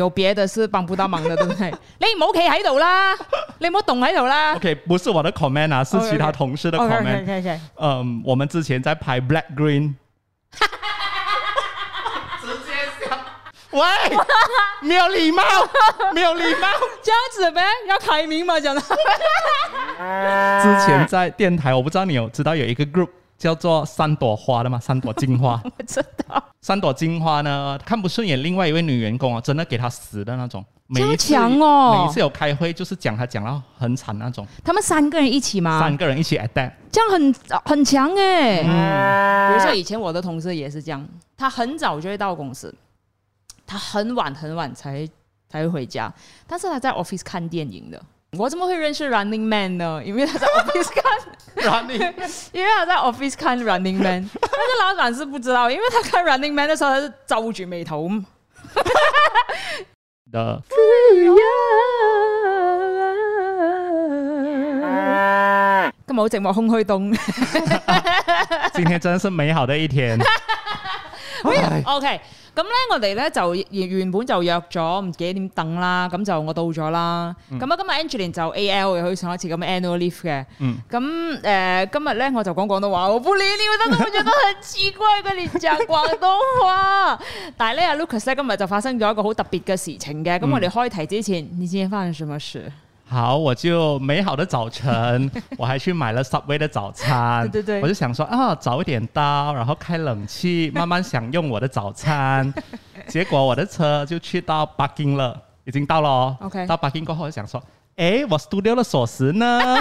有别的是帮不到忙的，对不对？你唔好企喺度啦，你唔好动喺度啦。 OK，不是我的 comment 啊，是 OK，OK 其他同事的 OK comment。 OK OK OK，嗯，我们之前在拍 Black Green，直接笑，喂，没有礼貌，没有礼貌。这样子呗，要开明嘛，讲的。之前在电台，我不知道你有知道有一个 group 叫做三朵花的吗？三朵金 花，我知道，三朵金花呢，看不顺眼另外一位女员工啊，真的给她死的那种。每一次这么强哦每一次有开会就是讲她讲到很惨那种，他们三个人一起嘛三，个人一起 attack。这样很很强哎、嗯比如说以前我的同事也是这样，他很早就会到公司，他很晚很晚才才会回家，但是他在 office 看电影的。我怎么会认识 Running Man 呢？因为他在 office 看，然后你因为他在 office 看 Running Man，但是老板是不知道，因为他看 Running Man 的时候他是皱住眉头。的今日好寂寞空虛凍。今天真的是美好的一天。唉 O K，咁咧我哋咧就原原本就約咗唔記得點等啦，咁就我到咗啦。咁啊、今日 Angeline 就 A L 嘅，佢上一次咁 annual leave 嘅。嗯咁誒、呃今日咧我就講廣東話，我不理你，但是我覺得很奇怪，佢哋講廣東話。 但係咧阿 Lucas 咧今日就發生咗一個好特別嘅事情嘅。咁我嗯哋開題之前，你今天發生什麼事？ 好，我就美好的早晨，我还去买了 Subway 的早餐。对对对我就想说啊，早一点到，然后开冷气，慢慢享用我的早 餐。结果我的车就去到 Bucking 了，已经到了哦。 OK 到 Bucking 过后，我就想说，诶，我 studio 的锁 匙呢？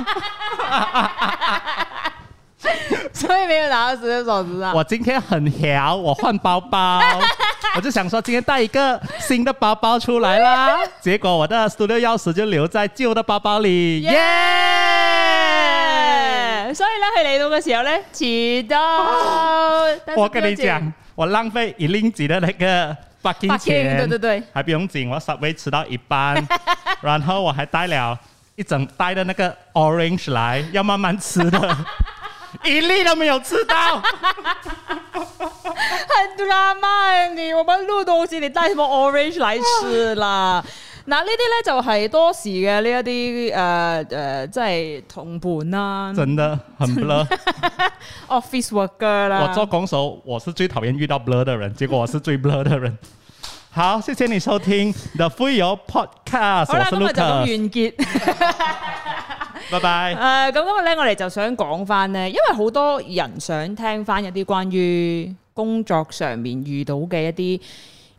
所以沒有拿到十隻手指啊。我今天很屌，我换包 包。我就想说，今天带一个新的包包出来啦。结果我的 studio 钥匙就留在旧的包包里。耶、耶！所以咧，佢嚟到嘅時候咧，遲到。但是哦我跟不你要緊讲，我浪费一令吉的那个 fucking Fucking，钱，对对对还不用紧，我 subway 吃到 一半，然后我还带了一整袋的那个 orange 来，要慢慢吃 的，一粒都没有吃到。很 drama 你，我们錄到好似你帶什麼 orange 嚟吃 啦。嗱，呢啲咧就係多時嘅呢一啲誒誒，即係同伴啦真的很 blur。 ，office worker 啦。我做攻手，我是最讨厌遇到 blur 的人，结果我是最 blur 的人。好，谢谢你收听 The Full Your Podcast，好我啦，是今日就咁 Lucas，完結。拜拜。呃誒，咁今日咧，我哋就想講翻咧，因為好多人想聽翻一啲關於工作上面遇到嘅一啲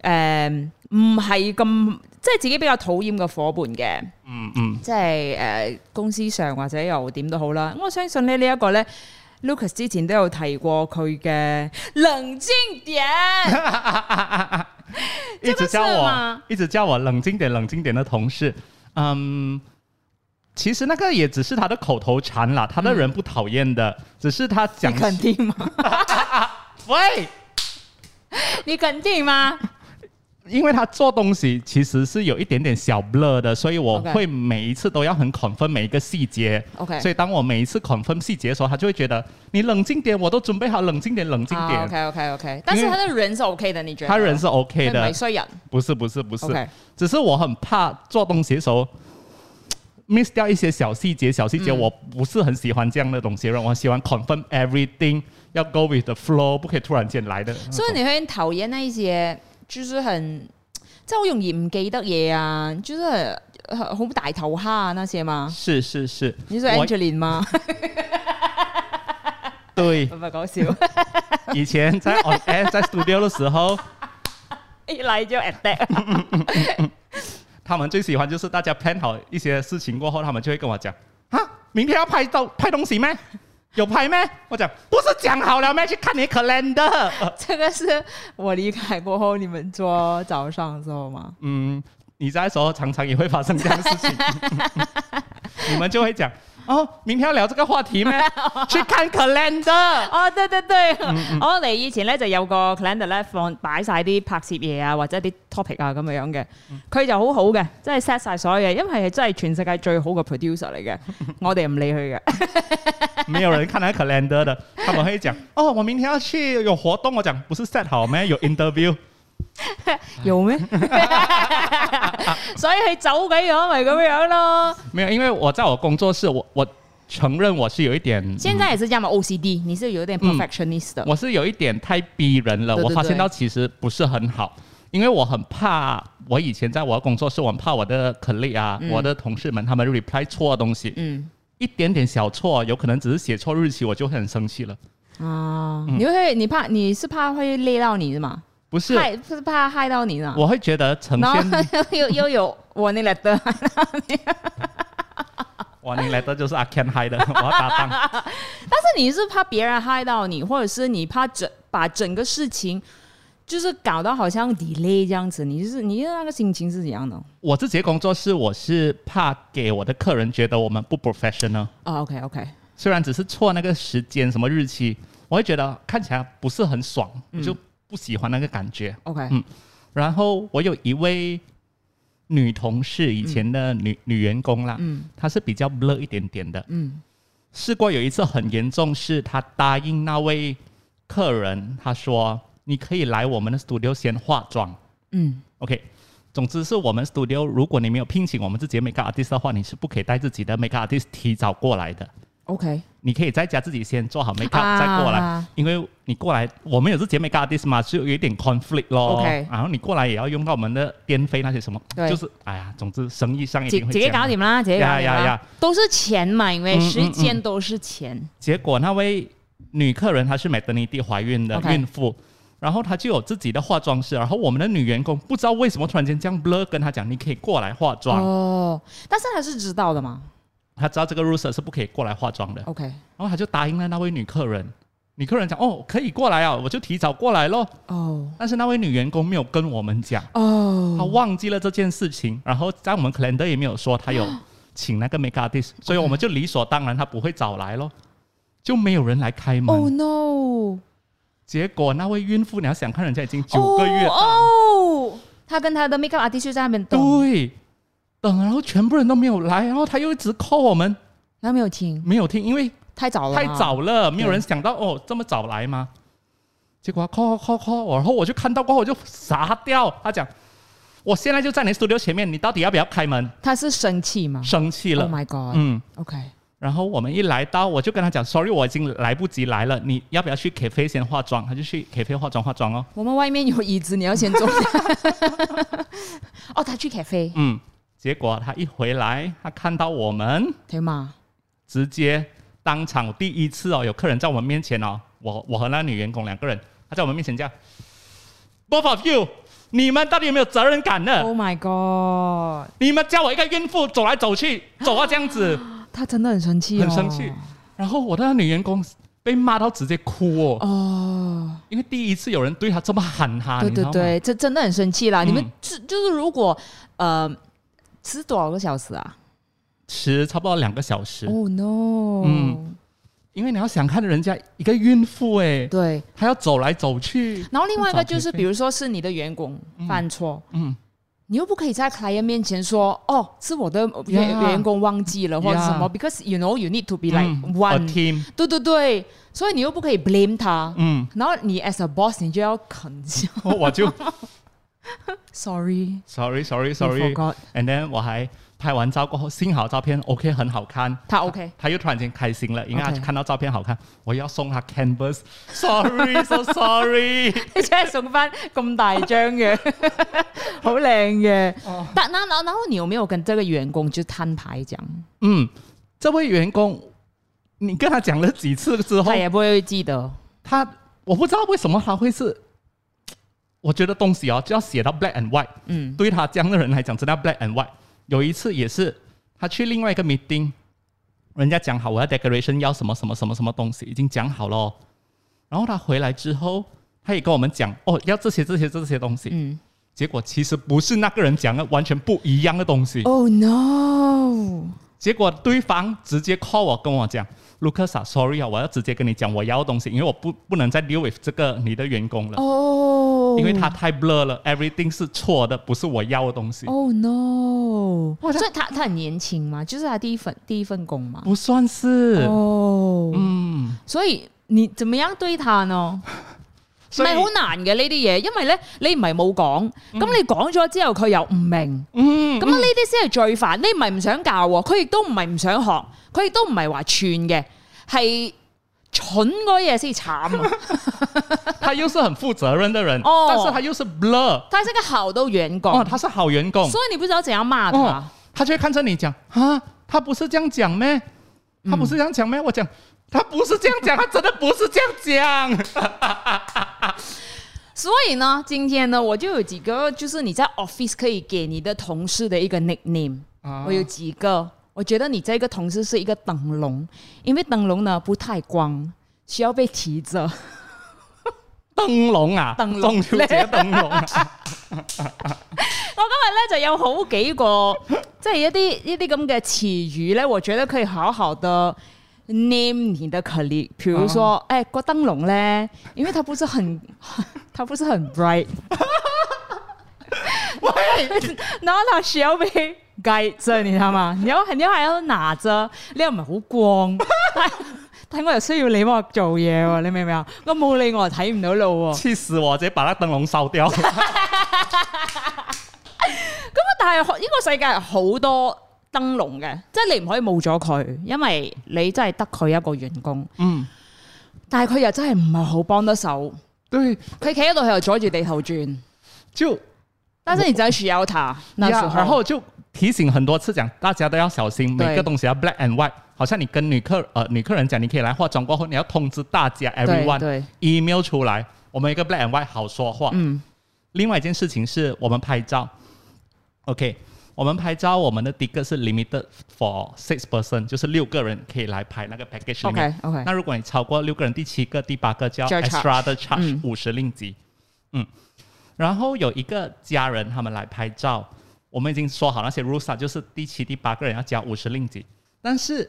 誒唔係咁，即係自己比較討厭嘅伙伴嘅，嗯嗯，即係誒、呃公司上或者又點都好啦。我相信咧呢一、個咧。Lucas 之前都有提過佢嘅冷靜 點，一直这个叫是我吗，一直叫我冷静点，冷静点的同事，嗯，其实那个也只是他的口头禅啦，他的人不讨厌的，只是他你讲肯定嗎？喂，你肯定嗎？因为他做东西其实是有一点点小 blur 的，所以我 OK 会每一次都要很 confirm 每一个细节。 OK 所以当我每一次 confirm 细节的时候，他就会觉得你冷静点，我都准备好冷静点，冷静点。啊 OK OK OK，但是因为他的人是 OK 的，你覺得？他人是 OK 佢唔的係，衰人。不是不是不是 OK 只是我很怕做东西的时候 miss 掉一些小细节，小细节我不是很喜欢这样的东西，让我喜欢 confirm everything，要 go with the flow，不可以突然间来的。所以你会很讨厌那一些，就是很，即系好容易唔記得嘢啊，就是呃好大頭蝦啊那些嘛。是是是，你说我 Angeline 吗？对唔係講笑， 以前在 on air 在 studio 的时候，一嚟就 attack。他们最喜欢就是大家 plan 好一些事情过后，他们就会跟我讲啊，明天要拍到拍东西咩？有拍咩？我讲不是讲好了咩？去看你 calendar。这个是我離開過後，你們做早上的時候嗎？嗯，你在的时候常常也会发生这样的事情， 你们就会讲哦，明天要聊这个 话题吗？去看 calendar。 哦，對對對， 我哋以前咧就有個 calendar 咧放擺晒啲拍攝嘢啊，或者啲 topic 啊咁樣樣嘅，佢就好好嘅，即係 set 晒所有嘢，因為係真係全世界最好嘅 producer 嚟 嘅，我哋唔理佢嘅。没有人看那个 calendar 的，他们会讲哦，我明天要去有活动，我讲不是 set 好吗？有 interview。 有咩？所以佢走鬼咗咪咁樣咯。没有，因为我在我工作室，我我承认我是有一点，現在也是這樣嘛，OCD，你是有點 perfectionist 的。我是有一点太逼人了。对对我发现对到其实不是很好，因为我很怕，我以前在我的工作室，我很怕我的 colleague 啊，我的同事们他们 reply 错东西，嗯一点点小错，有可能只是写错日期，我就很生气了。啊，你会你怕你是怕会累到你是嘛？不是，害是怕害到你啊？我会觉得呈然现後 又又有我那 letter，哇，你来的就是阿 Ken 嗨的， 我要搭档。但是你是怕别人害到你，或者是你怕整把整个事情就是搞到好像 delay 这样子，你就是你的那个心情是怎样的？我自己的工作室，我是怕给我的客人觉得我们不 professional，哦，OK，OK、o k OK，虽然只是错那个时间什么日期，我会觉得看起来不是很爽，我就不喜欢那个感觉。 OK，嗯然后我有一位女同事，以前的女、女员工啦，嗯她是比较 blur 一点点的。嗯试过有一次很严重，是她答应那位客人，她说：“你可以来我们的 studio 先化妆。嗯 ”OK。总之是我们 studio，如果你没有聘请我们自己的 makeup artist 的话，你是不可以带自己的 makeup artist 提早过来的。 ，OK，你可以在家自己先做好 makeup、啊再过来，因为你过来我们有自己的 makeup artist 嘛，就有一点 conflict 咯。 OK 然后你过来也要用到我们的电费那些什么，对就是哎呀，总之生意上一自哎定会自己这样搞掂啦，自己搞掂呀呀啦呀，都是钱嘛，因为嗯嗯时间都是钱。结果那位女客人她是 maternity 怀孕的 OK 孕妇。然后她就有自己的化妆师，然后我们的女员工不知道为什么突然间这样 blur 跟她讲，你可以过来化妆。哦，但是他是知道的嘛她知道这个 rooster 是不可以过来化妆的， ？OK，然后她就答应了那位女客人。女客人讲哦可以过来啊，我就提早过来咯。哦但是那位女员工没有跟我们讲，她哦，忘记了这件事情，然后在我们 calendar 也没有说她有请那个 make up 哦 artist，所以我们就理所当然她不会找来咯，就没有人来开门。哦 no，结果那位孕妇，你要想看人家已经九个月了，哦，哦他跟他的 makeup artist 就在那边等，对，等，然后全部人都没有来，然后她又一直 call 我们，他没有听，没有听，因为太早了，太，早了，没有人想到哦这么早来吗？结果 call call call，然后我就看到过后我就傻掉，他讲。我现在就在你 studio 前面，你到底要不要开门？他是生气嘛生气了？Oh my god，OK，、嗯，然后我们一来到，我就跟他讲，sorry，我已经来不及来了，你要不要去 cafe 先化妆？他就去 cafe 化妆化妆哦。我们外面有椅子，你要先坐。 哦，他去 cafe 嗯，结果他一回来，他看到我们，对吗？直接当场第一次哦，有客人在我们面前哦，我我和那女员工两个人，他在我们面前这样，both of you，你们到底有没有责任感呢？ Oh my god！你们叫我一个孕妇走来走去，走啊到这样子，他真的很生气、哦，很生气。然后我的那女员工被骂到直接哭哦，哦。因为第一次有人对她这么喊她，对啊你知对道吗对，这真的很生气啦！你们嗯就就是如果呃吃多少个小时啊迟差不多两个小时， ？Oh no！嗯因为你要想看人家一个孕妇哎，对。她要走来走去，然后另外一个就不是，找解决比如说是你的员工犯错，嗯，你又不可以在 client 面前说哦是我的员 Yeah 员工忘记了或者 Yeah 什么，because you know you need to be like 嗯 one，、 a team， 对对对，所以你又不可以 blame 他。嗯，然后你 as a boss，你就要肯笑我我就 ，sorry， sorry sorry you sorry， forgot And then 我还拍完照过后，幸好照片 OK 很好看，他 OK，他又突然间开心了，因为他 OK 看到照片好看，我要送他 canvas，sorry so sorry，你 真係送翻咁大張嘅， 好靚嘅。但那那然後你有沒有跟這個員工就攤牌講？嗯，这位员工，你跟他讲了几次之后他，也不會記得。他我不知道为什么他会是，我觉得东西哦就要写到 black and white，嗯对他这样的人来讲，真的要 black and white。有一次也是，他去另外一个 meeting，人家讲好我要 decoration 要什么什么什么什么东西，已经讲好了哦。然后他回来之后，他也跟我们讲哦，要这些这些这些东西。嗯。结果其实不是那个人讲的，完全不一样的东西。 Oh no！结果对方直接 call 我跟我讲，Lucas 啊，sorry 啊，我要直接跟你讲我要的东西，因为我不不能再 deal with 这个你的员工了。哦，因为他太 blur 了，everything 是错的，不是我要的东西， Oh no！哇他所以哦他他很年輕嘛，就是他第一份第一份工嘛。不算是。哦，嗯， 所以你怎麼樣對他呢？嗯唔所以係好難嘅呢啲嘢，因為咧你唔係冇講，咁你講咗之後佢又唔明，嗯咁啊呢啲先係最煩。你唔係唔想教喎，佢亦都唔係唔想學，佢亦都唔係話串嘅，係蠢嗰嘢先慘啊！ 他又是很负责任的人，哦但是他又是 blur，但係這個好都員工，哦，他是好员工，所以你不知道怎樣罵他。哦，他就会看着你讲啊，他不是这样讲咩？他不是这样讲咩？我讲他不是这样讲，他真的不是这样讲。所以呢，今天呢，我就有几个就是你在哦 office 可以给你的同事的一个 nickname，、啊我有几个，我觉得你这个同事是一个灯笼，因为灯笼呢不太光，需要被提着。灯笼啊，灯笼中秋节灯笼啊，我今日咧就有好幾個， 即係一啲一啲咁嘅詞語咧，我覺得可以好好的 name 你的 colleague，譬如說，哎誒、個燈籠咧，因為它不是很， 它不是很 bright，喂， 然後它需要被 guide 着，你知道嗎？然後很多喺度拿着，你又唔係好光，但 但我又需要你幫我做嘢喎，你明唔明啊？我冇你我就睇唔到路喎。 气死我！直接把那灯笼烧掉。咁啊，但係呢個世界係好多燈籠嘅，即係你唔可以冇咗佢，因為你真係得佢一個員工，嗯，但係佢又真係唔係好幫得手。对，佢企喺度，佢又阻住地頭轉，就但是你真係需要他。那時呀候，然后就提醒很多次讲，大家都要小心，对每个东西要 black and white。好像你跟女客呃女客人讲，你可以来化妆过后，你要通知大家對 everyone 對， email 出来，我们有一个 black and white 好说话。嗯另外一件事情是我们拍照，OK，我们拍照，我们的第一个是 limited for six person，就是六个人可以来拍那个 package 里面。 ，OK OK，那如果你超过六个人，第七个、第八个叫就要 extra 的嗯 charge 五十令吉。嗯，然后有一个家人他们来拍照，我们已经说好那些 rules 啊就是第七、第八个人要交五十令吉。但是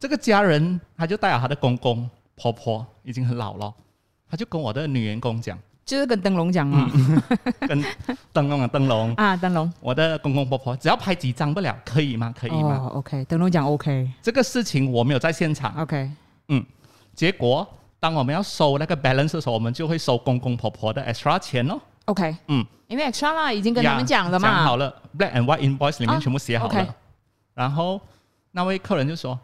这个家人他就带了他的公公、婆婆，已经很老了，他就跟我的女员工讲，就是跟燈籠講嗯啊，跟灯笼啊 灯笼，啊燈籠，我的公公婆婆只要拍几张不了，可以吗？可以吗？哦 OK，燈籠講 OK 这个事情我没有在现场， OK，结果当我们要收那个 balance 的时候，我们就会收公公婆婆的 extra 钱咯。 OK，嗯，因為 extra 啦已經跟他們呀講了讲嘛哦好，了，black and white invoice 里面全部写好了。 OK 然后那位客人就说：“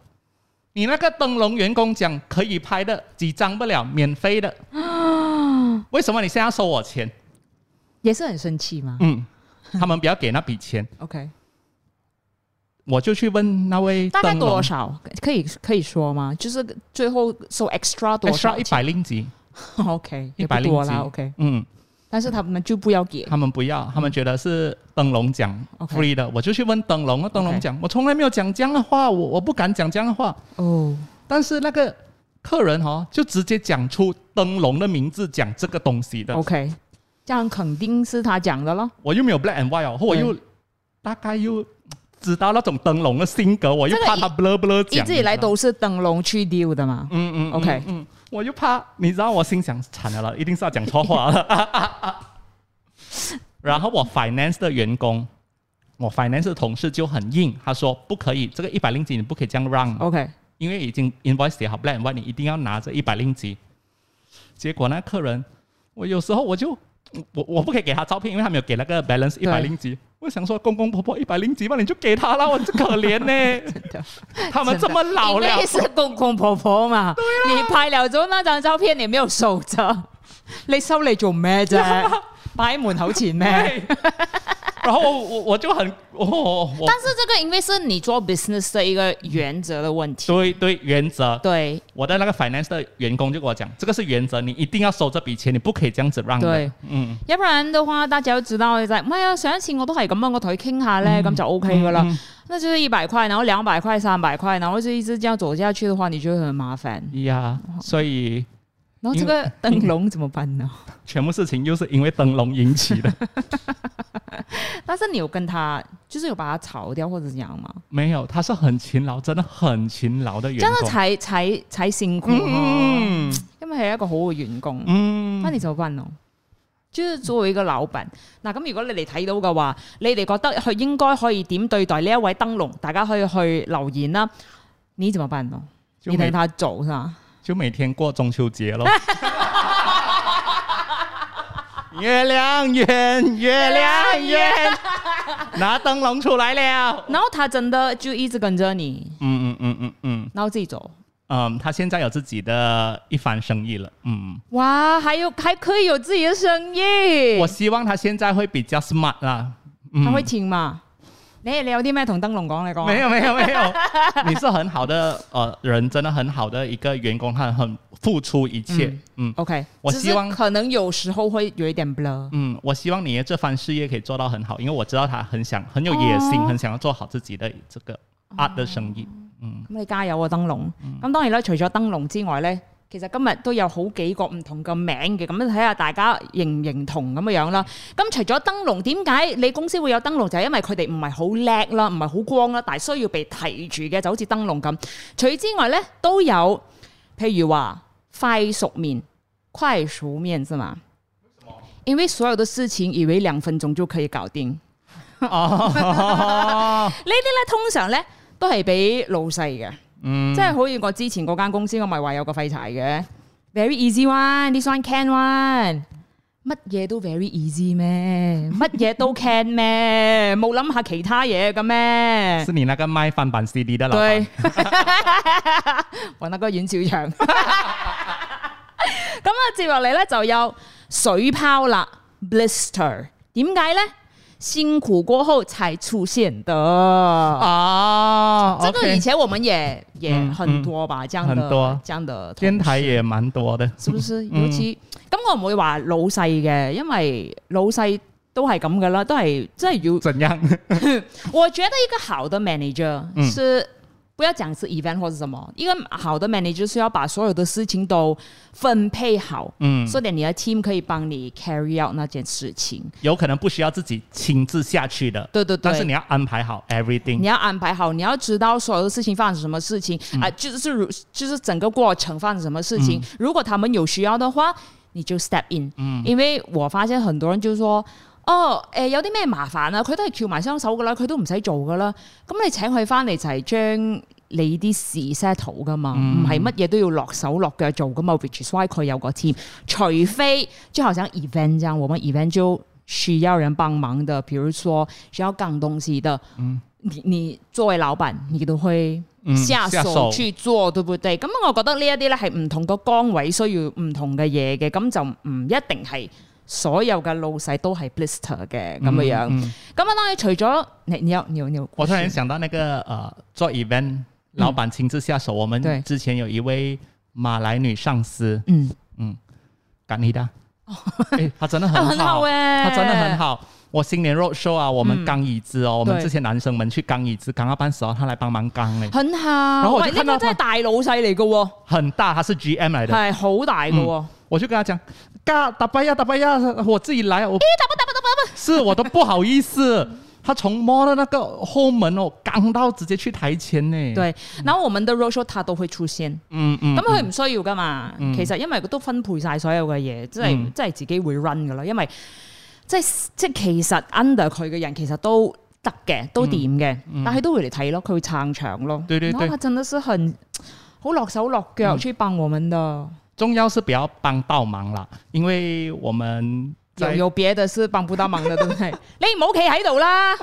你那个灯笼员工讲可以拍的，几张不了，免 费的。为什么你现在要收我钱？也是很生氣嘛。嗯，他们不要给那笔钱， OK，我就去问那位大概灯笼多少可以可以說嗎？就是最後收 extra 多少哦 extra 一百令吉， OK，一也百不零多几啦，OK，嗯。”但是他们就不要给。他们不要，他们觉得是灯笼讲 OK free 的，我就去问灯笼，那啊灯笼 OK 讲我从来没有讲这样的话，我我不敢讲这样的话。哦，但是那个客人哦，就直接讲出灯笼的名字，讲这个东西的， OK，这样肯定是他讲的咯。我又没有 black and white 哦，我又大概又知道那种灯笼的性格，我又这个怕他 blur blur 一讲，直以来你知道吗都是灯笼去丢的嘛。嗯嗯嗯 OK 嗯，我又怕，你知道我心想惨了了，一定是要讲错话了。 然后我 finance 的员工，我 finance 的同事就很硬，他说不可以，这个一百令吉你不可以这样让， OK，因为已经 invoice 写好 black and white，你一定要拿着一百令吉。结果那客人，我有时候我就我我不可以给他照片，因为他没有给那个 balance 一百令吉。我想说公公婆婆一百令吉吧，你就给他啦，我这可怜呢、的他们这么老因了为，是公公婆婆嘛。你拍了之后那张照片你没有收着， 你收嚟做咩 啫？摆喺门口前咩？对，然后我我我就很哦，我但是这个因为是你做 business 的一个原则的问题。对对原则，对我的那个 finance 的员工就跟我讲，这个是原则，你一定要收这笔钱，你不可以这样子让的。对，嗯，要不然嘅話，大家都知道就係唔係啊？上一次我都係咁樣，我同佢傾下嗯咧，咁、就 O K 噶啦。那就是一百塊，然後兩百塊、三百塊，然後就一直這樣走下去的話，你就會很麻煩。呀，嗯所以然後這個燈籠怎麼辦呢？ 全部事情又是因为灯笼引起 的。但是你有跟他，就是有把他炒掉或者怎樣嘛？没有，他是很勤劳，真的很勤劳的员這樣工。才才才辛苦、哦，嗯因為係一個好嘅員工。那嗯，你怎麼辦咯？就是作為一個老闆，嗱咁如果你哋睇到嘅話，你哋覺得佢應該可以點對待呢一位燈籠？大家可以去留言啦。你怎麼辦咯？就你等每他走是吧？ 就每天过中秋节咯。月亮圆，月亮圆，拿灯笼出来了。然后他真的就一直跟着你，嗯嗯嗯嗯嗯，然后自己走。嗯，他现在有自己的一番生意了。嗯，哇，还有还可以有自己的生意我，希望他现在会比较 smart 啦。嗯他會聽嘛？你你有啲咩同燈籠講？你啊講没有没有没有，你是很好的呃人，真的很好的一个员工，他很付出一切。嗯 OK，我只是希望可能有時候會有一點 blur。嗯，我希望你的这番事业可以做到很好，因为我知道他很想很有野心，哦很想要做好自己的这个 art 的生意。嗯咁你加油啊，燈籠！咁、當然啦，除咗燈籠之外咧，其實今日都有好幾個唔同嘅名嘅，咁樣睇下大家認唔認同咁嘅樣啦。咁除咗燈籠，點解你公司會有燈籠？就係、因為佢哋唔係好叻啦，唔係好光啦，但係需要被提住嘅，就好似燈籠咁。除此之外咧，都有譬如話快熟面、快熟面是嘛？因為所有的事情以為兩分鐘就可以搞定。哦， 呢啲咧通常咧都係俾老細嘅。嗯即係好似我之前嗰間公司，我咪話有個廢柴嘅，very easy one，this one can one，乜嘢都 very easy 咩？乜嘢都 can 咩？冇諗下其他嘢嘅咩是？你那个卖翻版 CD 的老板。對，我那個阮兆 祥。咁啊，接落嚟咧就有水泡啦，blister。點解咧？辛苦過後才出現的。哦这个以，OK，前我们也也嗯很多吧，这样的很多这样的同事电台嗯也蛮多的。是不是？尤其咁我唔會話老細嘅，因為老細都係咁噶啦，都係真係要。怎样？ 我覺得一個好的 manager 嗯是、不要講是 event 或者什麼，一個好的 manager 是要把所有的事情都分配好，嗯，所以你的 team 可以幫你 carry out 那件事情。有可能不需要自己亲自下去的，對對對，但是你要安排好 everything 你。要安排好，你要知道所有的事情发生什么事情啊、就是如就是整个过程发生什么事情。如果他们有需要的话，你就 step in。因为我发现很多人就说。哦，誒、有啲咩麻煩啊？佢都係翹埋雙手噶啦，佢都唔使做噶啦。咁你請佢翻嚟就係將你啲事 settle 噶嘛，唔係乜嘢都要落手落腳做噶嘛。Which is why 佢有個 team，除非就好像 event 這樣，我們 event 就需要人幫忙的，比如說需要扛東西的，你你作為老闆，你都會嗯下下手手去做，對唔對？咁我覺得呢一啲咧係唔同個崗位需要唔同嘅嘢嘅，咁就唔一定係所有嘅老細都係 blister 嘅咁嘅樣。嗯嗯咁啊，當然除咗你你有你有你有我突然想到那个呃，做 event 老板亲自下手，我嗯对们之前有一位马来女上司，嗯甘妮达， 哎她真的 啊很很好好，哎，她真的很好。我新年 road show 啊，我嗯们刚椅子哦，我们对这些男生们去刚椅子，刚到半死哦，她来帮忙刚嘞，很然好。後我喂，呢就看到個真係大老細嚟嘅喎，很大，她是 GM 来的，係好大嘅喎。我就跟她讲，嘎打败呀打败呀，我自己来，哎我是我都不好意思。她从摸的那个后门哦，刚到直接去台前呢。，對，然後我們的 roadshow 他都會出現。嗯嗯咁，佢唔需要噶嘛。其實因為佢都分配晒所有嘅嘢，即係嗯即係自己會 run 噶啦。因為即係即係其實 under 佢嘅人其實都得嘅，都掂嘅，嗯但係都會嚟睇咯，佢會撐場咯。對對然後對他真的是很好落手落嗯腳去幫我們的。重要是不要帮倒忙啦，因为我们有在有別的是幫不到忙的，對唔 對？你唔好企喺度啦，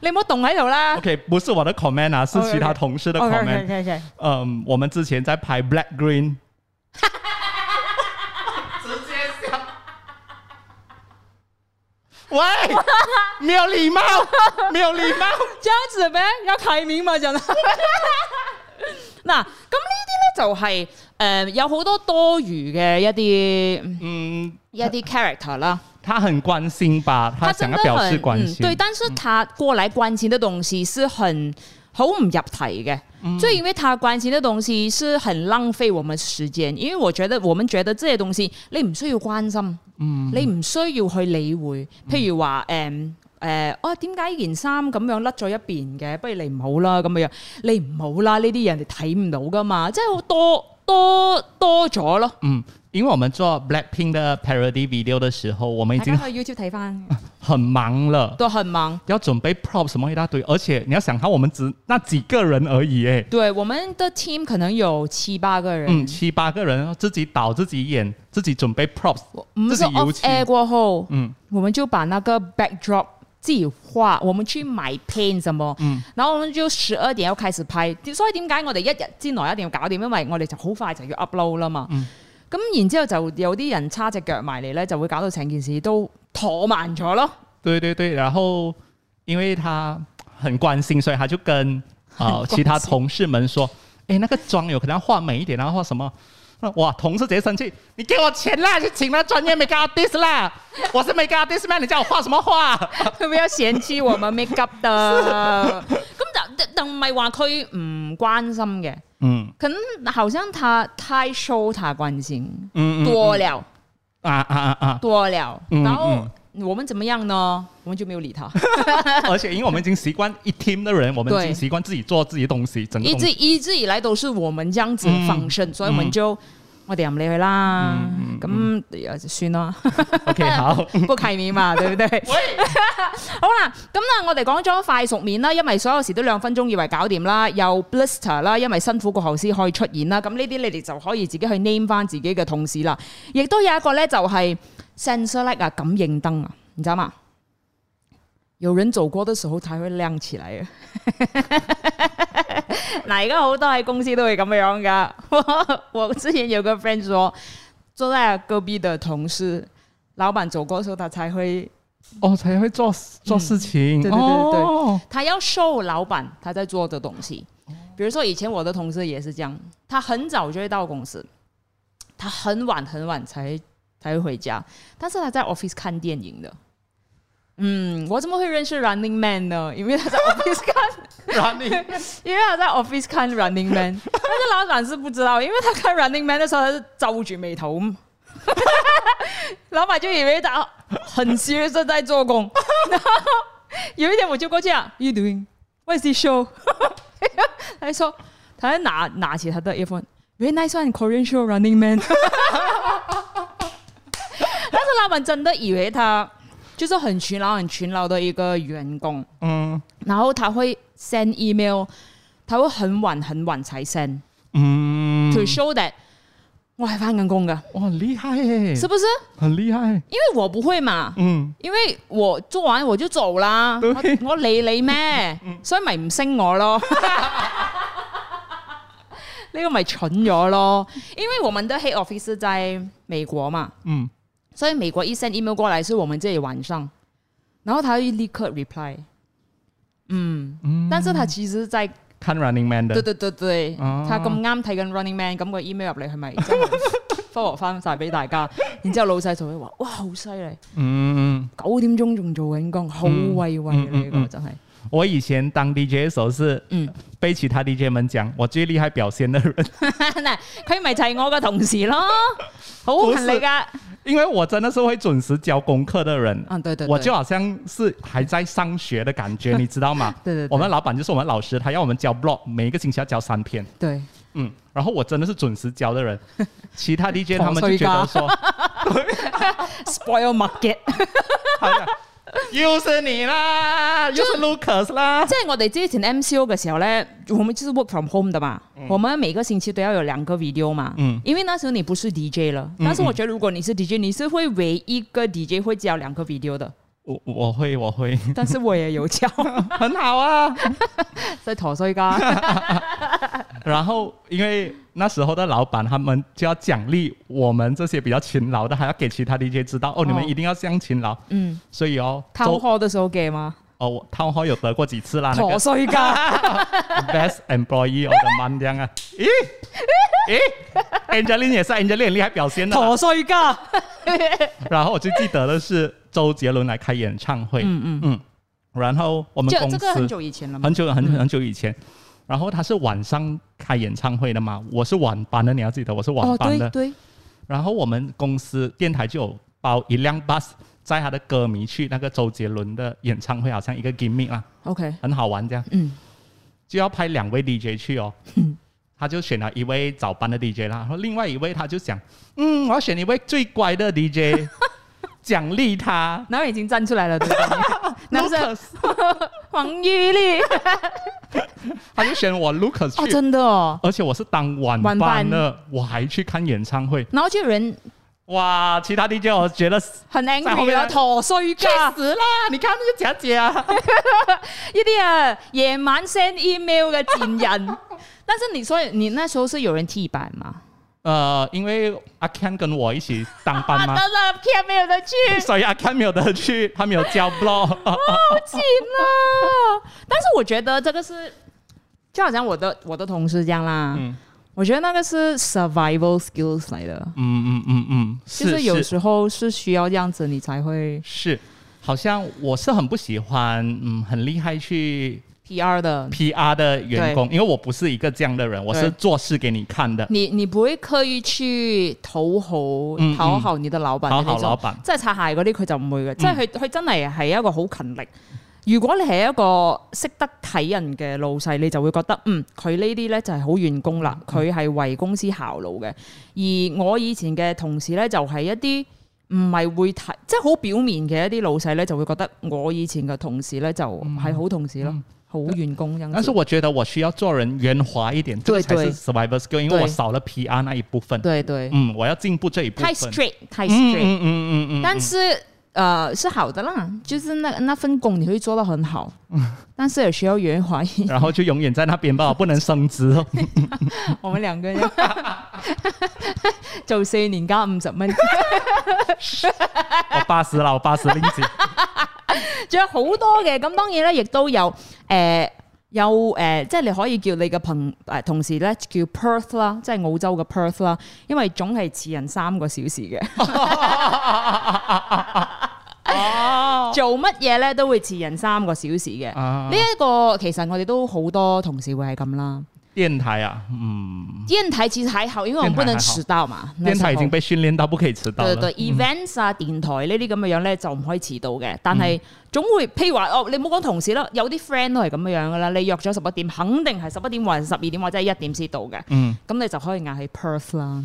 你唔好動喺度啦。 OK 不是我的 comment 啊，是 OK，OK 其他同事的 OK comment。 OK OK，嗯，我们之前在拍 Black Green，直接笑。喂，没有礼貌，没有礼 貌。這樣子咩？有提面嘛， 真係。嗱，咁呢啲咧就係呃有好多多餘嘅一啲嗯，一啲 character 啦，他很关心吧？他真想的要表示很关嗯心。對，但是他過來關心的東西是很好唔入題嘅，嗯就因為他關心的東西是很浪費我們時間，因為我覺得我們覺得這些東西你唔需要關心，嗯你唔需要去理會，譬如話誒。嗯誒、哦，點解件衫咁樣甩咗一邊嘅？不如你唔好啦，咁樣你唔好啦，呢啲人哋睇唔到噶嘛，即係好多多多咗咯。嗯嗯，因为我们做 Blackpink 的 parody video 的时候，我们已大经家去 YouTube 睇翻，很忙了，都很忙。要准备 prop 什么一大堆，而且你要想看我们只那几个人而已，哎，对，我们的 team 可能有七八个人，嗯，七八个人自己导、自己演、自己准备 props，我们自是己 off 油漆， air 过后，嗯我们就把那个 backdrop 自己画，我们去买 paint 什么，嗯然後我們就十二點又開始批，所以點解我哋一日之內一定要搞掂？因為我哋就好快就要 upload 啦嘛。嗯咁、然之後就有啲人叉只腳埋嚟咧，就會搞到成件事都拖慢咗 咯。对对对，然后因为他很关心，所以他就跟 啊、呃关心其他同事们说：“哎，那个妆有可能要画美一点啊，画什么？” 那哇，同事直接生气：“你给我钱啦，去请那专业 make artist 啦！我是 make artist 咩？你叫我画什么画？佢比較嫌棄我們 make up 的，咁但但唔係話佢唔關心嘅，嗯可能好像他太受他關心嗯嗯多了。啊啊啊啊！多了，嗯然后我们怎么样呢？我们就没有 理他， 而且因为我们已经习惯一 team 的人，我们已对经习惯自己做自己的东西，整个一东直 西。一直以来都是我们这样子嗯放生，所以我们就、我哋唔理佢啦，嗯嗯咁、呃算啦， OK，好。 不契面嘛，對唔對？ 好啦，咁啦，我哋講咗快熟面啦，因為所有事都兩分鐘以為搞掂啦，又 blister 啦，因為辛苦過後先可以出現啦。咁呢啲你哋就可以自己去 name 翻自己嘅同事啦。亦都有一個咧，就係 sensor light 啊，感應燈啊，你知道嘛？有人走過的時候才會亮起來啊！ 嗱，而家好多喺公司都會咁樣噶。我 我之前有個 friend 說，坐在隔壁的同事，老闆走過的時候，他才會哦，才会做做事情。对对对对对哦 他要受老板他在做的东西。比如说以前我的同事也是这样，他很早就会到公司，他很晚很晚才才会回家，但是他在 office 看电影的。嗯，我怎么会认识 Running Man 呢？因为他在 office 看，然后你 因为他在 office 看 Running Man，但是老板是不知道，因为他 看 Running Man 的时候，他是皱住眉头， 老板就以为他很 serious 地在做工。 有一天我就过去啊，You doing? What's this show？他就说，他还拿拿起他的 earphone，原来算 Korean show Running Man。但是老板真的以为他就是很勤劳、很勤劳的一个员工，嗯然后他会 send email，他会很晚很晚才 send、嗯嗯 to，show that 我还翻紧工噶，哇，很厉害耶，是不是？很厉害。因为我不会嘛。嗯，因為我做完我就走啦，對我我理你咩？嗯所以咪唔升我 咯。呢個咪蠢咗咯，因為我們的 head office 在美國嘛，嗯，所以美國一 send email 過來是我們自己晚上，然後他會立刻 reply，嗯，但是他其實在看 Running Man 對的，對對對，哦他咁啱睇緊 Running Man，咁個 email 入嚟係咪 真係 forward 翻晒俾大家？然之後老細就會話：哇，好犀利！嗯，九點鐘仲做緊工，好威威嗯呢嗯個嗯真係。 我以前当 DJ 的时候是嗯，被其他 DJ 们讲我最厉害表现的人，嗱，佢咪就係我嘅同事 咯，好不是勤力噶。因为我真的是会准时交功课的人。嗯，對對，對我就好像是还在上学的感 觉，你知道吗？对对对我们老板就是我们老师，他要我们交 blog，每一个星期要交三篇。對，嗯，然后我真的是准时交 的人，其他 DJ 狂他们就觉 得说， spoil market，好像哎又是你啦，又是 Lucas 啦，即係我哋之前 MCO 嘅時候咧，我們就是 work from home 的嘛，我們每個星期都要有兩個 video 嘛，嗯因為那時候你不是 DJ 了，但是我覺得如果你是 DJ，你是會唯一一個 DJ 會教兩個 video 的，我我会我会， 但是我也有教，很好啊。在陀衰 噶，然后因为那时候的老板他们就要奖励我们这些比较勤劳的，还要给其他 DJ 知道哦，你们一定要这样勤劳。嗯，所以哦，偷周喝的時候嘅嘛，哦，我汤花有得过几次 啊啦，那陀个衰噶。 Best Employee of the Month 这样啊。咦咦，Angelina 也是 Angelina 很厉害表现的啦。陀衰家，然后我最记得的是周杰伦来开演唱会，嗯嗯嗯，然后我们就公这司个很久以嗯前了嘛。很久很久很久以前，然后他是晚上开演唱会的嘛，我是晚班的，你要记得我是晚哦，班对的，对，然后我们公司电台就有包一辆 bus 载他的歌迷去那个周杰伦的演唱会，好像一个 gimmick 啦， OK，很好玩这样，嗯，就要派两位 DJ 去哦。他就选了一位 早班的 DJ 啦，然后另外一位他就想，嗯，我要选一位最乖的 DJ，奖励他。然后已经站出来了，对不对？ 然后是 Lucas，黄玉 丽他就选我 Lucas 哦，去，真的哦。而且我是当晚晚班班的，我还去看演唱会。然后就有人哇，其他 DJ 我觉得去很 在後 angry 面啦，陀衰家死啦！你看那个假啊假，一啲啊夜晚 send email 嘅賤 人。但是你所以你那时候是有人替班吗？呃，因为阿 Ken 跟我一起当班嘛 得，啦，K 没有得去，所以阿 Ken 没有得去，他没有交 blog。 好紧啊！但是我觉得这个是，就好像我的我的同事这样啦，嗯我觉得那个是 survival skills 来的。嗯嗯嗯嗯，就是是有是时候是需要这样子，你才会是，好像我是很不喜欢，嗯，很厉害去 PR 的。 PR 的员工，因为我不是一个这样的人，我是对嗯做事给你看的。你你不會刻意去討好嗯討好你的老闆嘅呢討好種老嗯闆即係擦鞋嗰啲佢就唔會嘅，即係佢佢真係係一個好勤力。如果你係一個識得睇人嘅老細，你就會覺得嗯，佢呢啲咧就係好員工嗯啦，佢係為公司效勞嘅。而我以前嘅同事咧，就係、一啲唔係會睇，即係好表面嘅一啲老細咧，就會覺得我以前嘅同事咧就係好同事咯，好、員工咁樣子。嗯但是我觉得我需要做人圆滑一点，这个才对是 survivor skill，因为对我少了 PR 那一部分。對對，嗯，我要进步这一部太分。 straight 太 straight 嗯。嗯嗯嗯嗯但是呃是好的啦，就是那那份工你会做到很好，但是也需要圆滑一 嗯，然后就永远在那边吧，不能升职 哦。我们两个人 做四年加五十蚊， 我八十啦，我八十拎子。仲有好多嘅。咁當然咧，亦都有诶。呃有誒、呃即係你可以叫你嘅朋誒、呃同事咧叫 Perth 啦，即係澳洲嘅 Perth 啦，因為總係遲人三個小時嘅， 哦， 做乜嘢咧都會遲人三個小時嘅。呢 啊一、，個其實我哋都好多同事會係咁啦。电台啊，嗯，电台其实还好，因为我们不能迟到嘛。那电时候台已经被嗯训练到不可以迟到对了。對 events 啊、電台呢啲咁嘅樣咧，就唔可以遲到嘅。但嗯係總會，譬如話哦，你唔好講同事啦，有啲 friend 都係咁嘅樣噶啦。你約咗十一點，肯定係十一點或者十二點或者係一點先到嘅。嗯，咁你就可以嗌去 Perth 啦。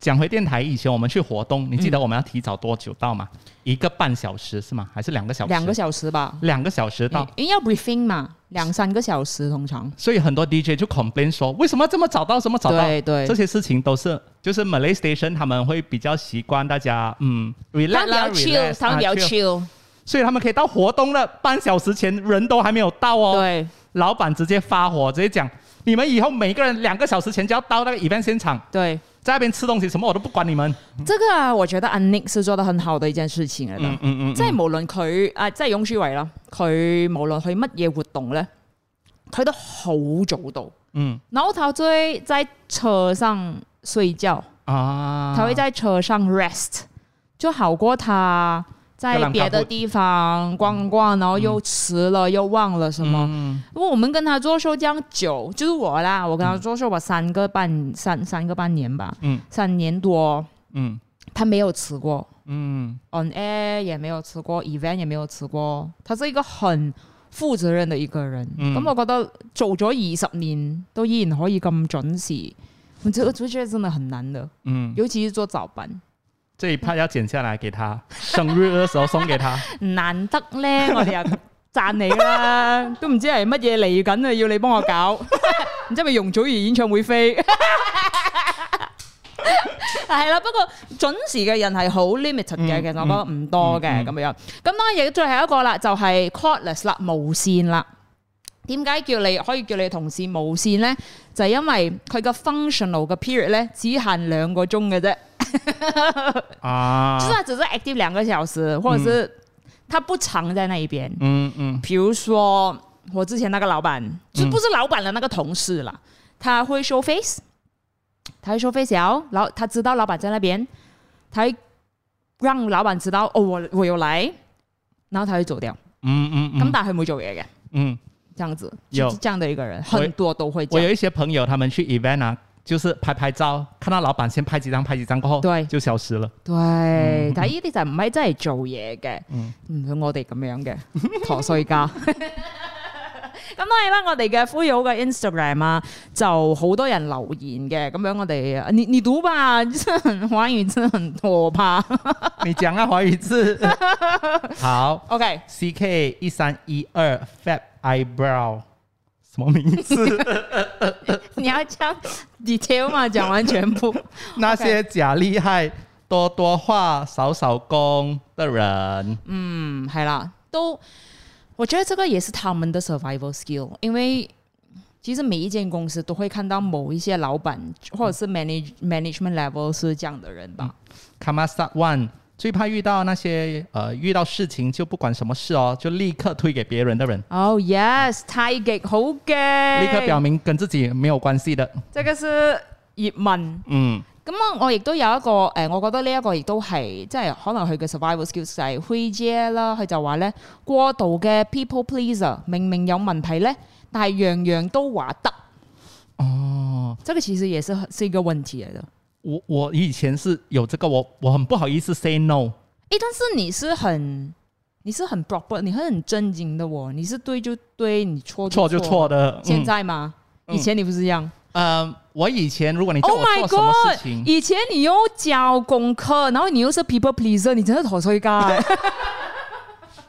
讲回电台，以前我们去活动，你记得我们要提早多久到吗？一个半小时是吗？还哦是两个小时？兩個小嗯時吧，两个小时到。因為有 briefing 嘛，兩三個小時通常。所以很多 DJ 就 complain 说，为什么这么早到，这么早到？對對这些事情都是就是 Malay Station 他们会比较习惯大家嗯 relax 他啦们比较 relax， chill，他们比啊較 chill chill，所以他们可以到活动了半小时前人都还没有到哦，對老板直接发火，直接讲你们以后每个人两个小时前就要到那个 event 现场，對。在那边吃东西什么我都不管你们。這個啊，我覺得 Annick 是做得很好的一件事情嚟嘅。嗯嗯嗯，即係無論佢啊，即係翁舒維啦，佢無論去乜嘢活動咧，佢都好早到。嗯然後他就會在車上睡覺，啊，他會在車上 rest，、就好過他在別的地方逛逛，然後又遲了、又忘了什么。嗯因為我們跟他做秀這樣久，就是我啦，我跟他做秀我三個半三三個半年吧，嗯三年多，嗯他沒有遲過。嗯 on air 也没有吃过，event 也没有吃过，他是一个很负责任的一个人。嗯咁、我覺得做咗二十年都依然可以咁準時，我覺得我覺得真的很難的，嗯，尤其是做早班，这一趴要剪下来给他，生日的时候送 给他。難得咧， 我哋又讚你啦，都唔知係乜嘢嚟緊啊，要你幫我搞， 唔知係咪容祖兒演唱會 飛？係啦，不過準時嘅人係好 limited 嘅，嗯其實我覺得唔多嘅嗯嗯咁樣。咁當然亦最後一個啦，就係 cordless 啦，無線啦。點解叫你可以叫你同事無線咧？就係因為佢個 functional 嘅 period 咧，只限兩個鐘嘅啫。啊就是它只是 active 两个小时，或者是它不常在那一边。嗯嗯比如说我之前那个老板，就不是老板的那个同事啦，他会 show face，他会 show face 哦，然后他知道老板在那边，他会让老板知道哦，我我有来，然后他会走掉。嗯嗯咁、嗯但系冇做嘢嘅，嗯，这样子有就是这样的一个人，我很多都会这我样。有一些朋友他们去 event 啊，就是拍拍照，看到老板先拍几张，拍几张过后，对就消失了。对，但系呢啲就唔系真系嗯 做嘢嘅，唔似我哋咁樣嘅陀衰家。咁咁當然啦，我哋嘅 f u y o 嘅 Instagram 啊，就好多人留言嘅，咁樣我哋啊你你讀吧， 真係華語真係很多吧。你讲啊，华语字。好 OK， ，C K 一三一二 Fat Eyebrow，什么名 字？你要講 detail 嘛，講完全部。那些假厉害、多多话、少少功的人，嗯，係啦，都我覺得這個也是他們的 survival skill，因為其實每一間公司都會看到某一些老闆或者是嗯 manage management level 是這樣的人吧。卡玛萨 one 最怕遇到那些呃遇到事情就不管什么事哦，就立刻推给别人的人，哦、yes，太極好嘅，嗯立刻表明跟自己没有关系的。即係是葉問。嗯，咁我我亦都有一個誒、呃我覺得呢一個亦都係即係可能佢嘅 survival skills 就係 h i j a 啦，佢就話咧過度嘅 people pleaser，明明有問題咧，但係樣樣都話得。哦，這個其實也是是一個問題嚟的。我我以前是有这个，我我很不好意思 say no。诶，但是你是很你是很 proper，你很正经的哦，你是對就對，你錯错就就错。的。現在嗎？嗯以前你不是這樣。嗯，呃，我以前如果你叫 Oh 我 my 做什么事 god！情，以前你又教功課，然後你又是 people pleaser，你真係陀衰家。。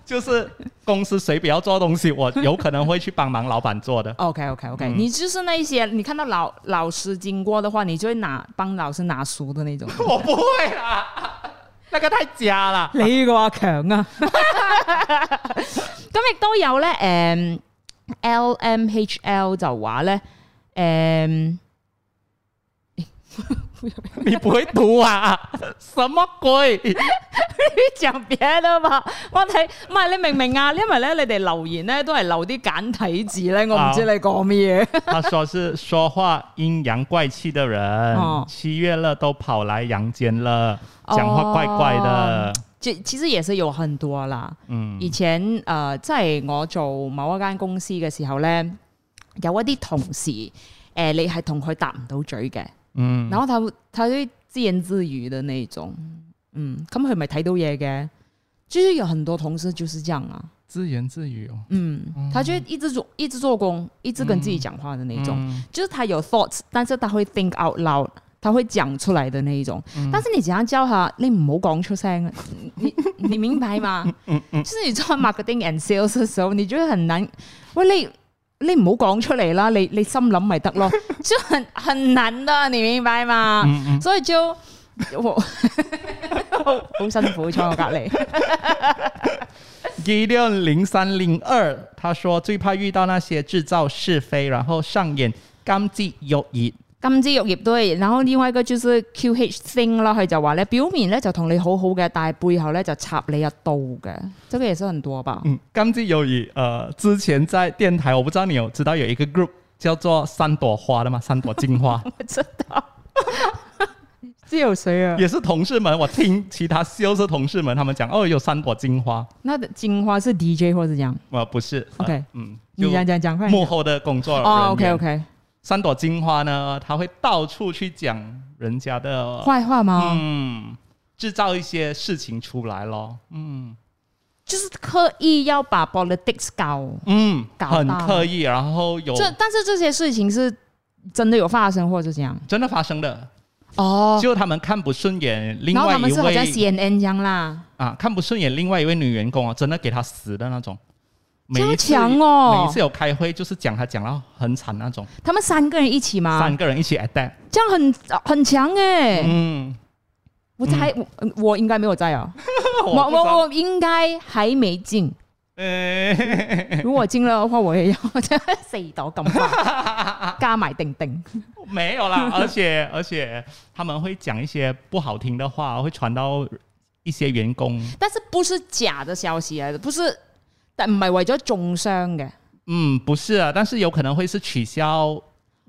就是公司谁不要做东西， 我有可能会去帮忙老板做的 OK OK OK，、你就是那一些你看到老老师经过的话，你就会拿帮老师拿书的那种。 我不会啦，那个太假了。你個阿強啊！ 咁亦都有咧，嗯誒、LMHL 就嗯話咧，誒、 你不会读 啊？什么鬼？講別啦嘛，我睇唔係你明唔明啊？因為咧你哋留言咧都係留啲簡體字咧，我唔知你講乜嘢。他说是说话阴阳怪气的人，哦七月了都跑来阳间了，讲话怪怪的。其其實也是有很多啦。嗯，以前誒、呃即係我做某一間公司嘅時候咧，有一啲同事誒、呃你係同佢搭唔到嘴嘅，嗯，然後佢佢啲自言自語的那一種，嗯，咁佢咪睇到嘢嘅，就是有很多同事就是這樣啊，自言自语哦，嗯，他就一直做一直做工，一直跟自己講話的那一種，嗯就是他有 thoughts，但是他會 think out loud。他會講出來的那一種，但是你怎樣教下你唔好講出聲，你你你明白嗎？就是你做 marketing and sales 嘅時候，你就會很難。喂，你你唔好講出嚟啦，你你心諗咪得咯，就很很難的，你明白嗎？所以就我 好好辛苦坐我隔離。一六零三零二，他说最怕遇到那些制造是非，然后上演甘之若饴。金枝玉葉都係，然後呢位嘅就是 QH Sing 啦，佢就話咧表面咧就同你好好嘅，但係背後咧就插你一刀嘅，這個也是很多 吧。嗯，甘之若饴。呃，之前在电台，我不知道你有知道有一个 group 叫做三朵花的吗？三朵金花我知 道，知有誰啊？也是同事们，我听其他修是同事们他们讲，哦，有三朵金花。那金花是 DJ 或者怎樣？呃，不是。呃 OK 嗯，你就講講講快幕點。后的工作人员。哦，OK OK，三朵金花呢，他会到处去讲人家的，壞話嘛，嗯，制造一些事情出来咯。嗯。就是刻意要把 politics 搞。嗯，搞很大刻意，然后有这但是这些事情是真的有发生，或者怎樣？真的发生的，哦，就他们看不顺眼另然後外他們一是好像位 CNN 一樣啦，啊，看不顺眼另外一位女员工哦，真的给她死的那种。每這一麼次、強每哦一次，有开会就是讲她讲到很惨那种，他們三個人一起嘛，三个人一起 attack，這樣很很強啊哎、嗯，我猜、我我应该没有在啊，我我哦不知道我我应该还没进。呃如果进了的话，我也要 四朵咁花， 加埋定定。没有 啦，而且而且他们会讲一些不好听的话，会传到一些员工，但是不是假的消息嚟嘅，不是，但唔係為咗重傷嘅。嗯，不是啊，但是有可能会是取消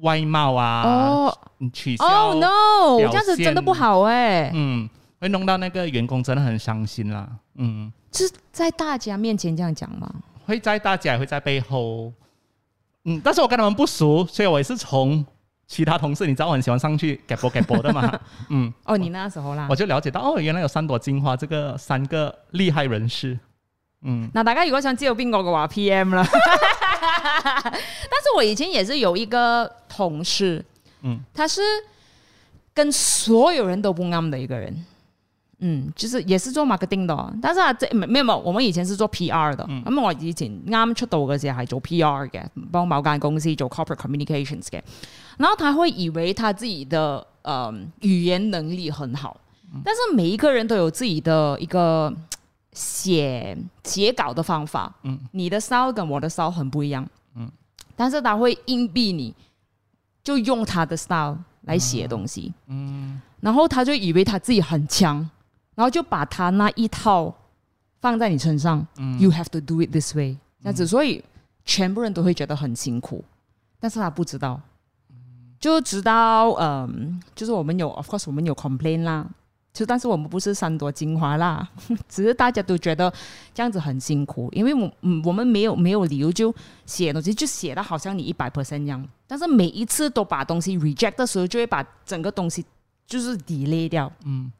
外貌啊，哦嗯取消哦 no，表这样子真的現不好哎、嗯，会弄到那个员工真的很伤心啦。嗯，就是在大家面前这样讲嘛。会在大家也会在背后，嗯，但是我跟他们不熟，所以我也是从其他同事，你知道我很喜欢上去 get 波 get 波 的嘛，嗯，哦，你那时候啦我。就了解到哦，原来有三朵金花这个三个厉害人士，嗯，嗱，大家如果想知道邊個嘅話 p m 啦。 但是我以前也是有一个同事，嗯，他是跟所有人都不啱的一个人。嗯，就是也是做 marketing 的哦，但是啊，即係沒有冇，我們以前是做 PR 的，咁、我以前啱出道嘅時候係做 PR 嘅，幫某間公司做 corporate communications 嘅，然後他會以為他自己的呃語言能力很好，但是每一個人都有自己的一個寫寫稿的方法，嗯你的 style 跟我的 style 很不一樣，但是他會硬逼你，就用他的 style 來寫東西，然後他就以為他自己很强，然後就把他那一套放在你身上、y o u have to do it this way，这样子，所以全部人都會覺得很辛苦，但是他不知道，就直到嗯，就是我們有，of course 我們有 complain 啦。就但是我們不是三多精華啦，只是大家都覺得這樣子很辛苦，因為我嗯我們沒有沒有理由就写东西就写的好像你一百 percent 一样，但是每一次都把东西 reject 的时候，就会把整个东西就是 delay 掉。嗯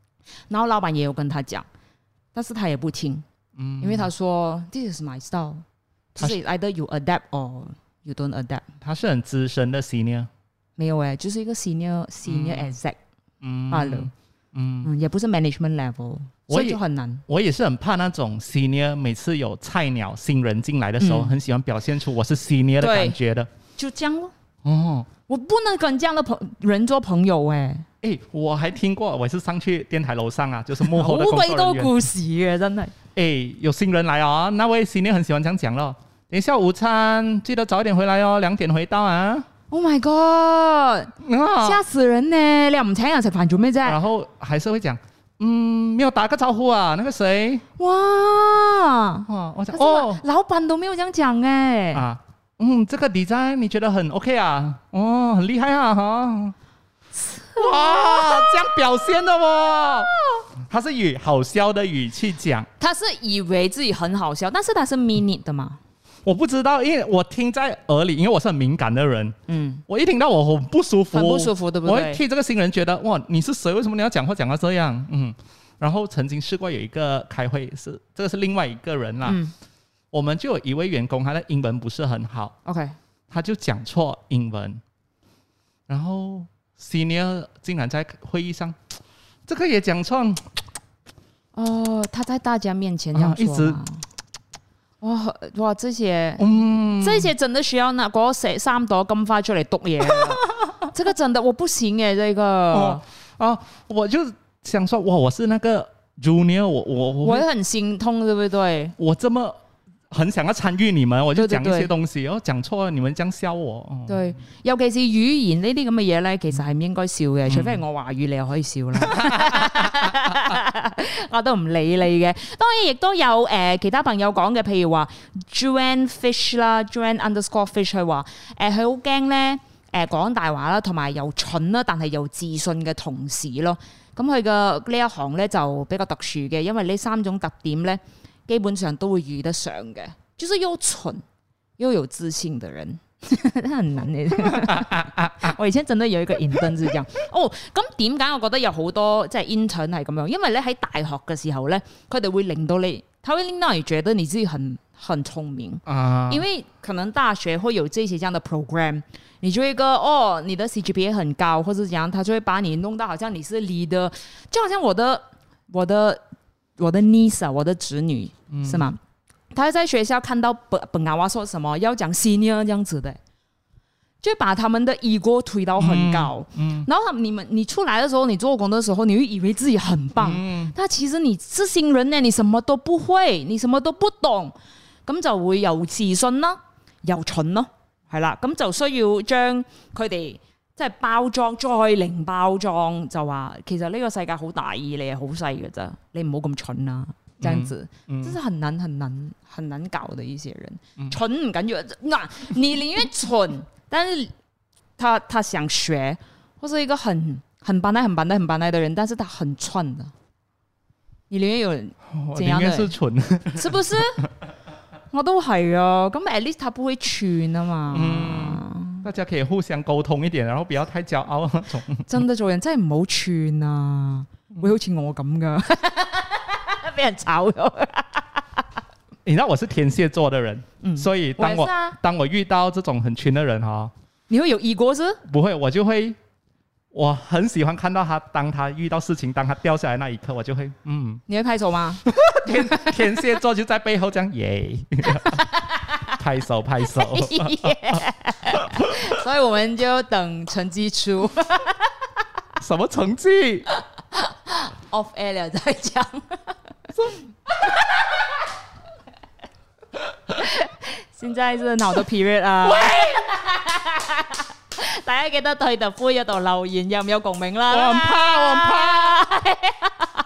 然后老板也有跟他讲，但是他也不听，嗯，因为他说 this is my style，就他是 either you adapt or you don't adapt。他是很资深的 senior，没有诶、欸就是一个 senior senior exec 嗯罢了，嗯，嗯，也不是 management level，我所也以就很难。我也是很怕那种 senior，每次有菜鸟新人进来的时候，嗯很喜欢表现出我是 senior 的对感觉的。就这样咯，哦，我不能跟这样的朋人做朋友欸诶、诶，我还听过，我是上去电台楼上啊，就是 幕好后的工鬼作多人员。故事嘅真係。诶，有新人来哦，那位 senior 很喜欢这样讲咯。等一下午餐记得早一点回来哦，两点回到啊。 Oh my god！啊，吓死人呢！你又唔請人食飯做咩啫？然后还是会讲，嗯，没有打个招呼啊，那个谁，哇！哦，我可讲是哦老老板都没有这样讲哎、啊，嗯，这个 design 你觉得很 OK 啊？哦，很厉害啊，哈、啊哇，这样表现的哦，他是以好笑的语气讲，他是以为自己很好笑，但是他是 mean it 的嘛。我不知道，因为我听在耳里，因为我是很敏感的人，嗯，我一听到我很不舒服，很不舒服对不对我会替这个新人觉得，哇，你是谁？为什么你要讲话讲到这样？嗯，然后曾经试过有一个开会是，这个是另外一个人啦，嗯我们就有一位员工，他的英文不是很好， ，OK，他就讲错英文，然后 senior 竟然在会议上，这个也讲错，哦，他在大家面前这啊样说嘛、哇哇，这些、嗯，这些真的需要那嗰寫三朵金花出嚟讀嘢啊， 这个真的我不行哎、这个、哦哦，我就想说，哇，我是那个 junior，我我我我我也很心痛，对不对？我这么很想要参与你们，我就对对讲一对些东西，然后讲错了，你们这样笑我，哦對，尤其是語言呢啲咁嘅嘢咧，其實係唔應該笑嘅，除非係我華語，你又可以笑啦。 我都唔理你嘅。當然亦都有誒、呃其他朋友講嘅，譬如話 Joanne Fish 啦，Joanne Underscore Fish 佢話誒佢好驚咧誒講大話啦，同埋又蠢啦，但係又自信嘅同時咯。咁佢嘅呢一行咧就比較特殊嘅，因為呢三種特點咧基本上都會遇得上嘅，就是又蠢又有自信的人。很難嘅。 我以前真係有一個 intern 是這樣。哦，咁點解我覺得有好多即係 intern 係咁樣？因為咧喺大學嘅時候咧，佢哋會令到你，他會令到你覺得你自己很很聰明。啊，因為可能大學會有這些這樣的 program，你就會個哦，你的 CGPA 很高，或者怎樣，他就會把你弄到好像你是 leader，就好像我的我的我的 niece 啊，我的侄女、是吗？她在學校看到本本阿娃說什麼要講 senior 這樣子的，就把他們的 ego 推到很高。嗯然後他們你們你出來的時候，你做工的時候，你會以為自己很棒，嗯但其實你是新人呢，你什麼都不會，你什麼都不懂，咁就會又自信啦，又蠢咯，係啦，咁就需要將佢哋即係包裝，再零包裝，就話其實呢個世界好大意，你係好細嘅咋，你唔好咁蠢啦，這樣子，嗯真是很難很難很難搞的一些人，蠢唔緊要，嗱、你寧願蠢，但是他他想學，或是一個很很班呆、很班呆、很班呆的人，但是他很蠢的。啊你寧願有人我怎宁样愿的哦是蠢，是不是？我都係啊，咁 at least 他不會串啊嘛。 嗯大家可以互相沟通一点，然后不要太骄傲那种。真得做人真係唔好串嗯 啊，會好似我咁噶，俾人炒咗。你知道我是天蝎座的人，嗯所以我当也我是啊，当我遇到这种很群的人哈、哦，你会有 ego 是？不会，我就会，我很喜欢看到他，当他遇到事情，当他掉下来那一刻，我就会，嗯，你会拍手 吗？ 天天蝎座就在背后这样耶， 哎拍手拍 手。所以我们就等成绩出什么成绩？ off air 了再讲。现在是鬧到 period 啊！ 大家記得去 The Full 嗰度留言，有唔有共鳴啦？我很怕，我很怕。怕。